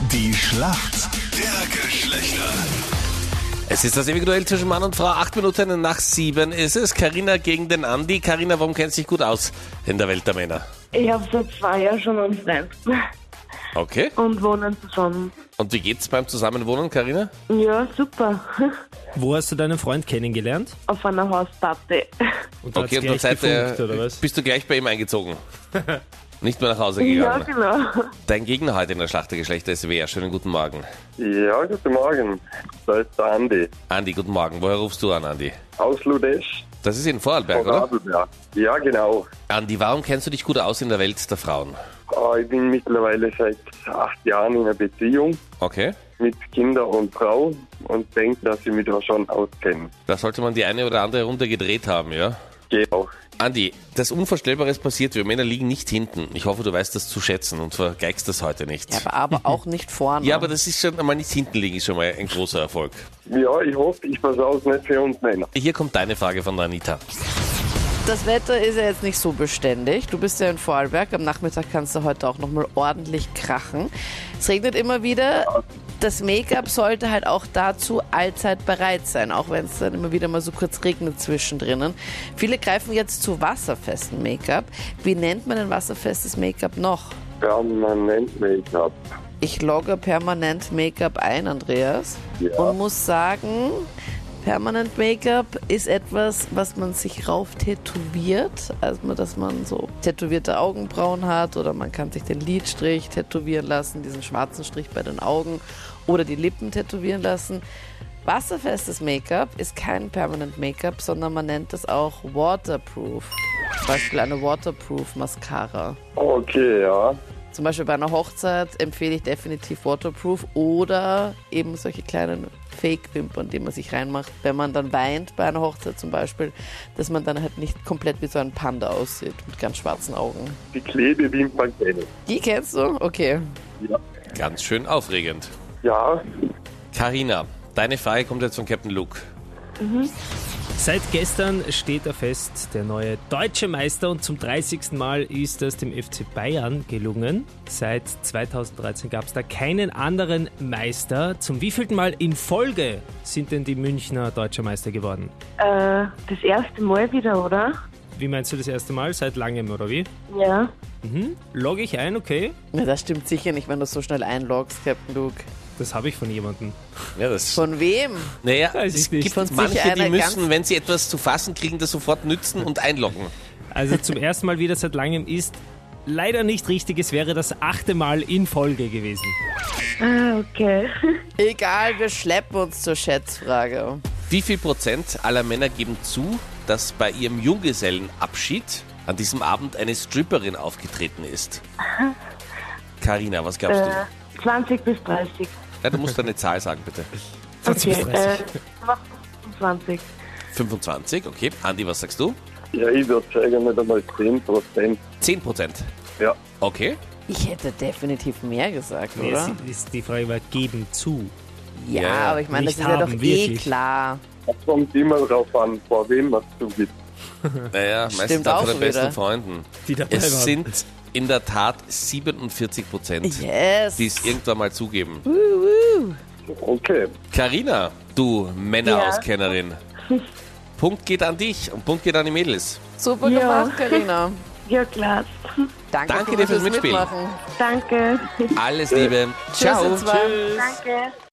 Die Schlacht der Geschlechter. Es ist das ewige Duell zwischen Mann und Frau. Acht Minuten nach sieben ist es. Karina gegen den Andi. Karina, warum kennst du dich gut aus in der Welt der Männer? Ich habe seit zwei Jahren schon einen Freund Okay. und wohnen zusammen. Und wie geht's beim Zusammenwohnen, Karina? Ja, super. Wo hast du deinen Freund kennengelernt? Auf einer Hausparty. Und Okay, hat's gleich er- gefunkt, oder was? äh, bist du gleich bei ihm eingezogen. Nicht mehr nach Hause Ja, gegangen. genau. Dein Gegner heute in der Schlacht der Geschlechter ist wer? Schönen guten Morgen. Ja, guten Morgen. Da ist der Andi Andi, guten Morgen. Woher rufst du an, Andi? aus Ludesch Das ist in Vorarlberg, von oder? Radlberg. Ja, genau. Andi, warum kennst du dich gut aus in der Welt der Frauen? Äh, Ich bin mittlerweile seit acht Jahren in einer Beziehung Okay. mit Kinder und Frau und denke, dass ich mich da schon auskenne. Da sollte man die eine oder andere Runde gedreht haben, ja? Genau. Andi, das Unvorstellbare ist passiert. Wir Männer liegen nicht hinten. Ich hoffe, du weißt das zu schätzen und vergeigst das heute nicht. Ja, aber, aber auch nicht ne? vorne. Ja, aber das ist schon einmal nicht hinten liegen, ist schon mal ein großer Erfolg. Ja, ich hoffe, ich versau's nicht für uns Männer. Hier kommt deine Frage von der Anita. das Wetter ist ja jetzt nicht so beständig. Du bist ja in Vorarlberg. Am Nachmittag kannst du heute auch nochmal ordentlich krachen. Es regnet immer wieder. Das Make-up sollte halt auch dazu allzeit bereit sein, auch wenn es dann immer wieder mal so kurz regnet zwischendrin. Viele greifen jetzt zu wasserfestem Make-up. Wie nennt man denn wasserfestes Make-up noch? Permanent Make-up. Ich logge permanent Make-up ein, Andreas, Ja. und muss sagen, permanent Make-up ist etwas, was man sich rauf tätowiert, also dass man so tätowierte Augenbrauen hat oder man kann sich den Lidstrich tätowieren lassen, diesen schwarzen Strich bei den Augen oder die Lippen tätowieren lassen. Wasserfestes Make-up ist kein permanent Make-up, sondern man nennt es auch waterproof. Zum Beispiel eine waterproof Mascara. Okay, ja. Zum Beispiel bei einer Hochzeit empfehle ich definitiv Waterproof oder eben solche kleinen Fake-Wimpern, die man sich reinmacht, wenn man dann weint bei einer Hochzeit zum Beispiel, dass man dann halt nicht komplett wie so ein Panda aussieht mit ganz schwarzen Augen. Die Klebewimpern kenne ich. Die kennst du? Okay. Ja. Ganz schön aufregend. ja, Karina, deine Frage kommt jetzt von Captain Luke. Seit gestern steht er fest, der neue deutsche Meister und zum 30. Mal ist das dem FC Bayern gelungen. Seit 2013 gab es da keinen anderen Meister. Zum wievielten Mal in Folge sind denn die Münchner deutscher Meister geworden? Äh, das erste Mal wieder, oder? Wie meinst du das erste Mal? Seit langem oder wie? Ja. Log ich ein, okay? Na, das stimmt sicher nicht, wenn du so schnell einloggst, Captain Luke. Das habe ich von jemandem. Ja, das. Von wem? Naja, Weiß ich es nicht. gibt Von sich manche, die einer ganz- müssen, wenn sie etwas zu fassen kriegen, das sofort nützen und einloggen. Also zum ersten Mal wieder seit langem ist leider nicht richtig. Es wäre das achte Mal in Folge gewesen. Ah, okay. Egal, wir schleppen uns zur Schätzfrage. Wie viel Prozent aller Männer geben zu, dass bei ihrem Junggesellenabschied an diesem Abend eine Stripperin aufgetreten ist? Karina, was glaubst Äh, 20 bis 30. du? Ja, du musst eine Zahl sagen, bitte. Okay, äh, mach 25. 25, okay. Andi, was sagst du? ja ich würde sagen, nicht einmal 10 Prozent. 10 Prozent. Ja. Okay. Ich hätte definitiv mehr gesagt, Nee, oder? es ist, die Frage war geben zu. Ja, Ja, aber ich meine, das nicht ist ja haben, doch eh wirklich. klar. Das kommt immer drauf an, vor wem man es zugibt. Naja, meistens Stimmt dann auch von den schon besten wieder. Freunden. Die dabei es waren. sind in der Tat 47 Prozent, Yes. die es irgendwann mal zugeben. Okay. Karina, du Männerauskennerin. Punkt geht an dich und Punkt geht an die Mädels. Super Ja. gemacht, Karina. Ja, klar. Danke, Danke dir fürs Mitspielen. Mitmachen. Danke. Alles Liebe. Ciao. Tschüss, ihr zwei. Danke.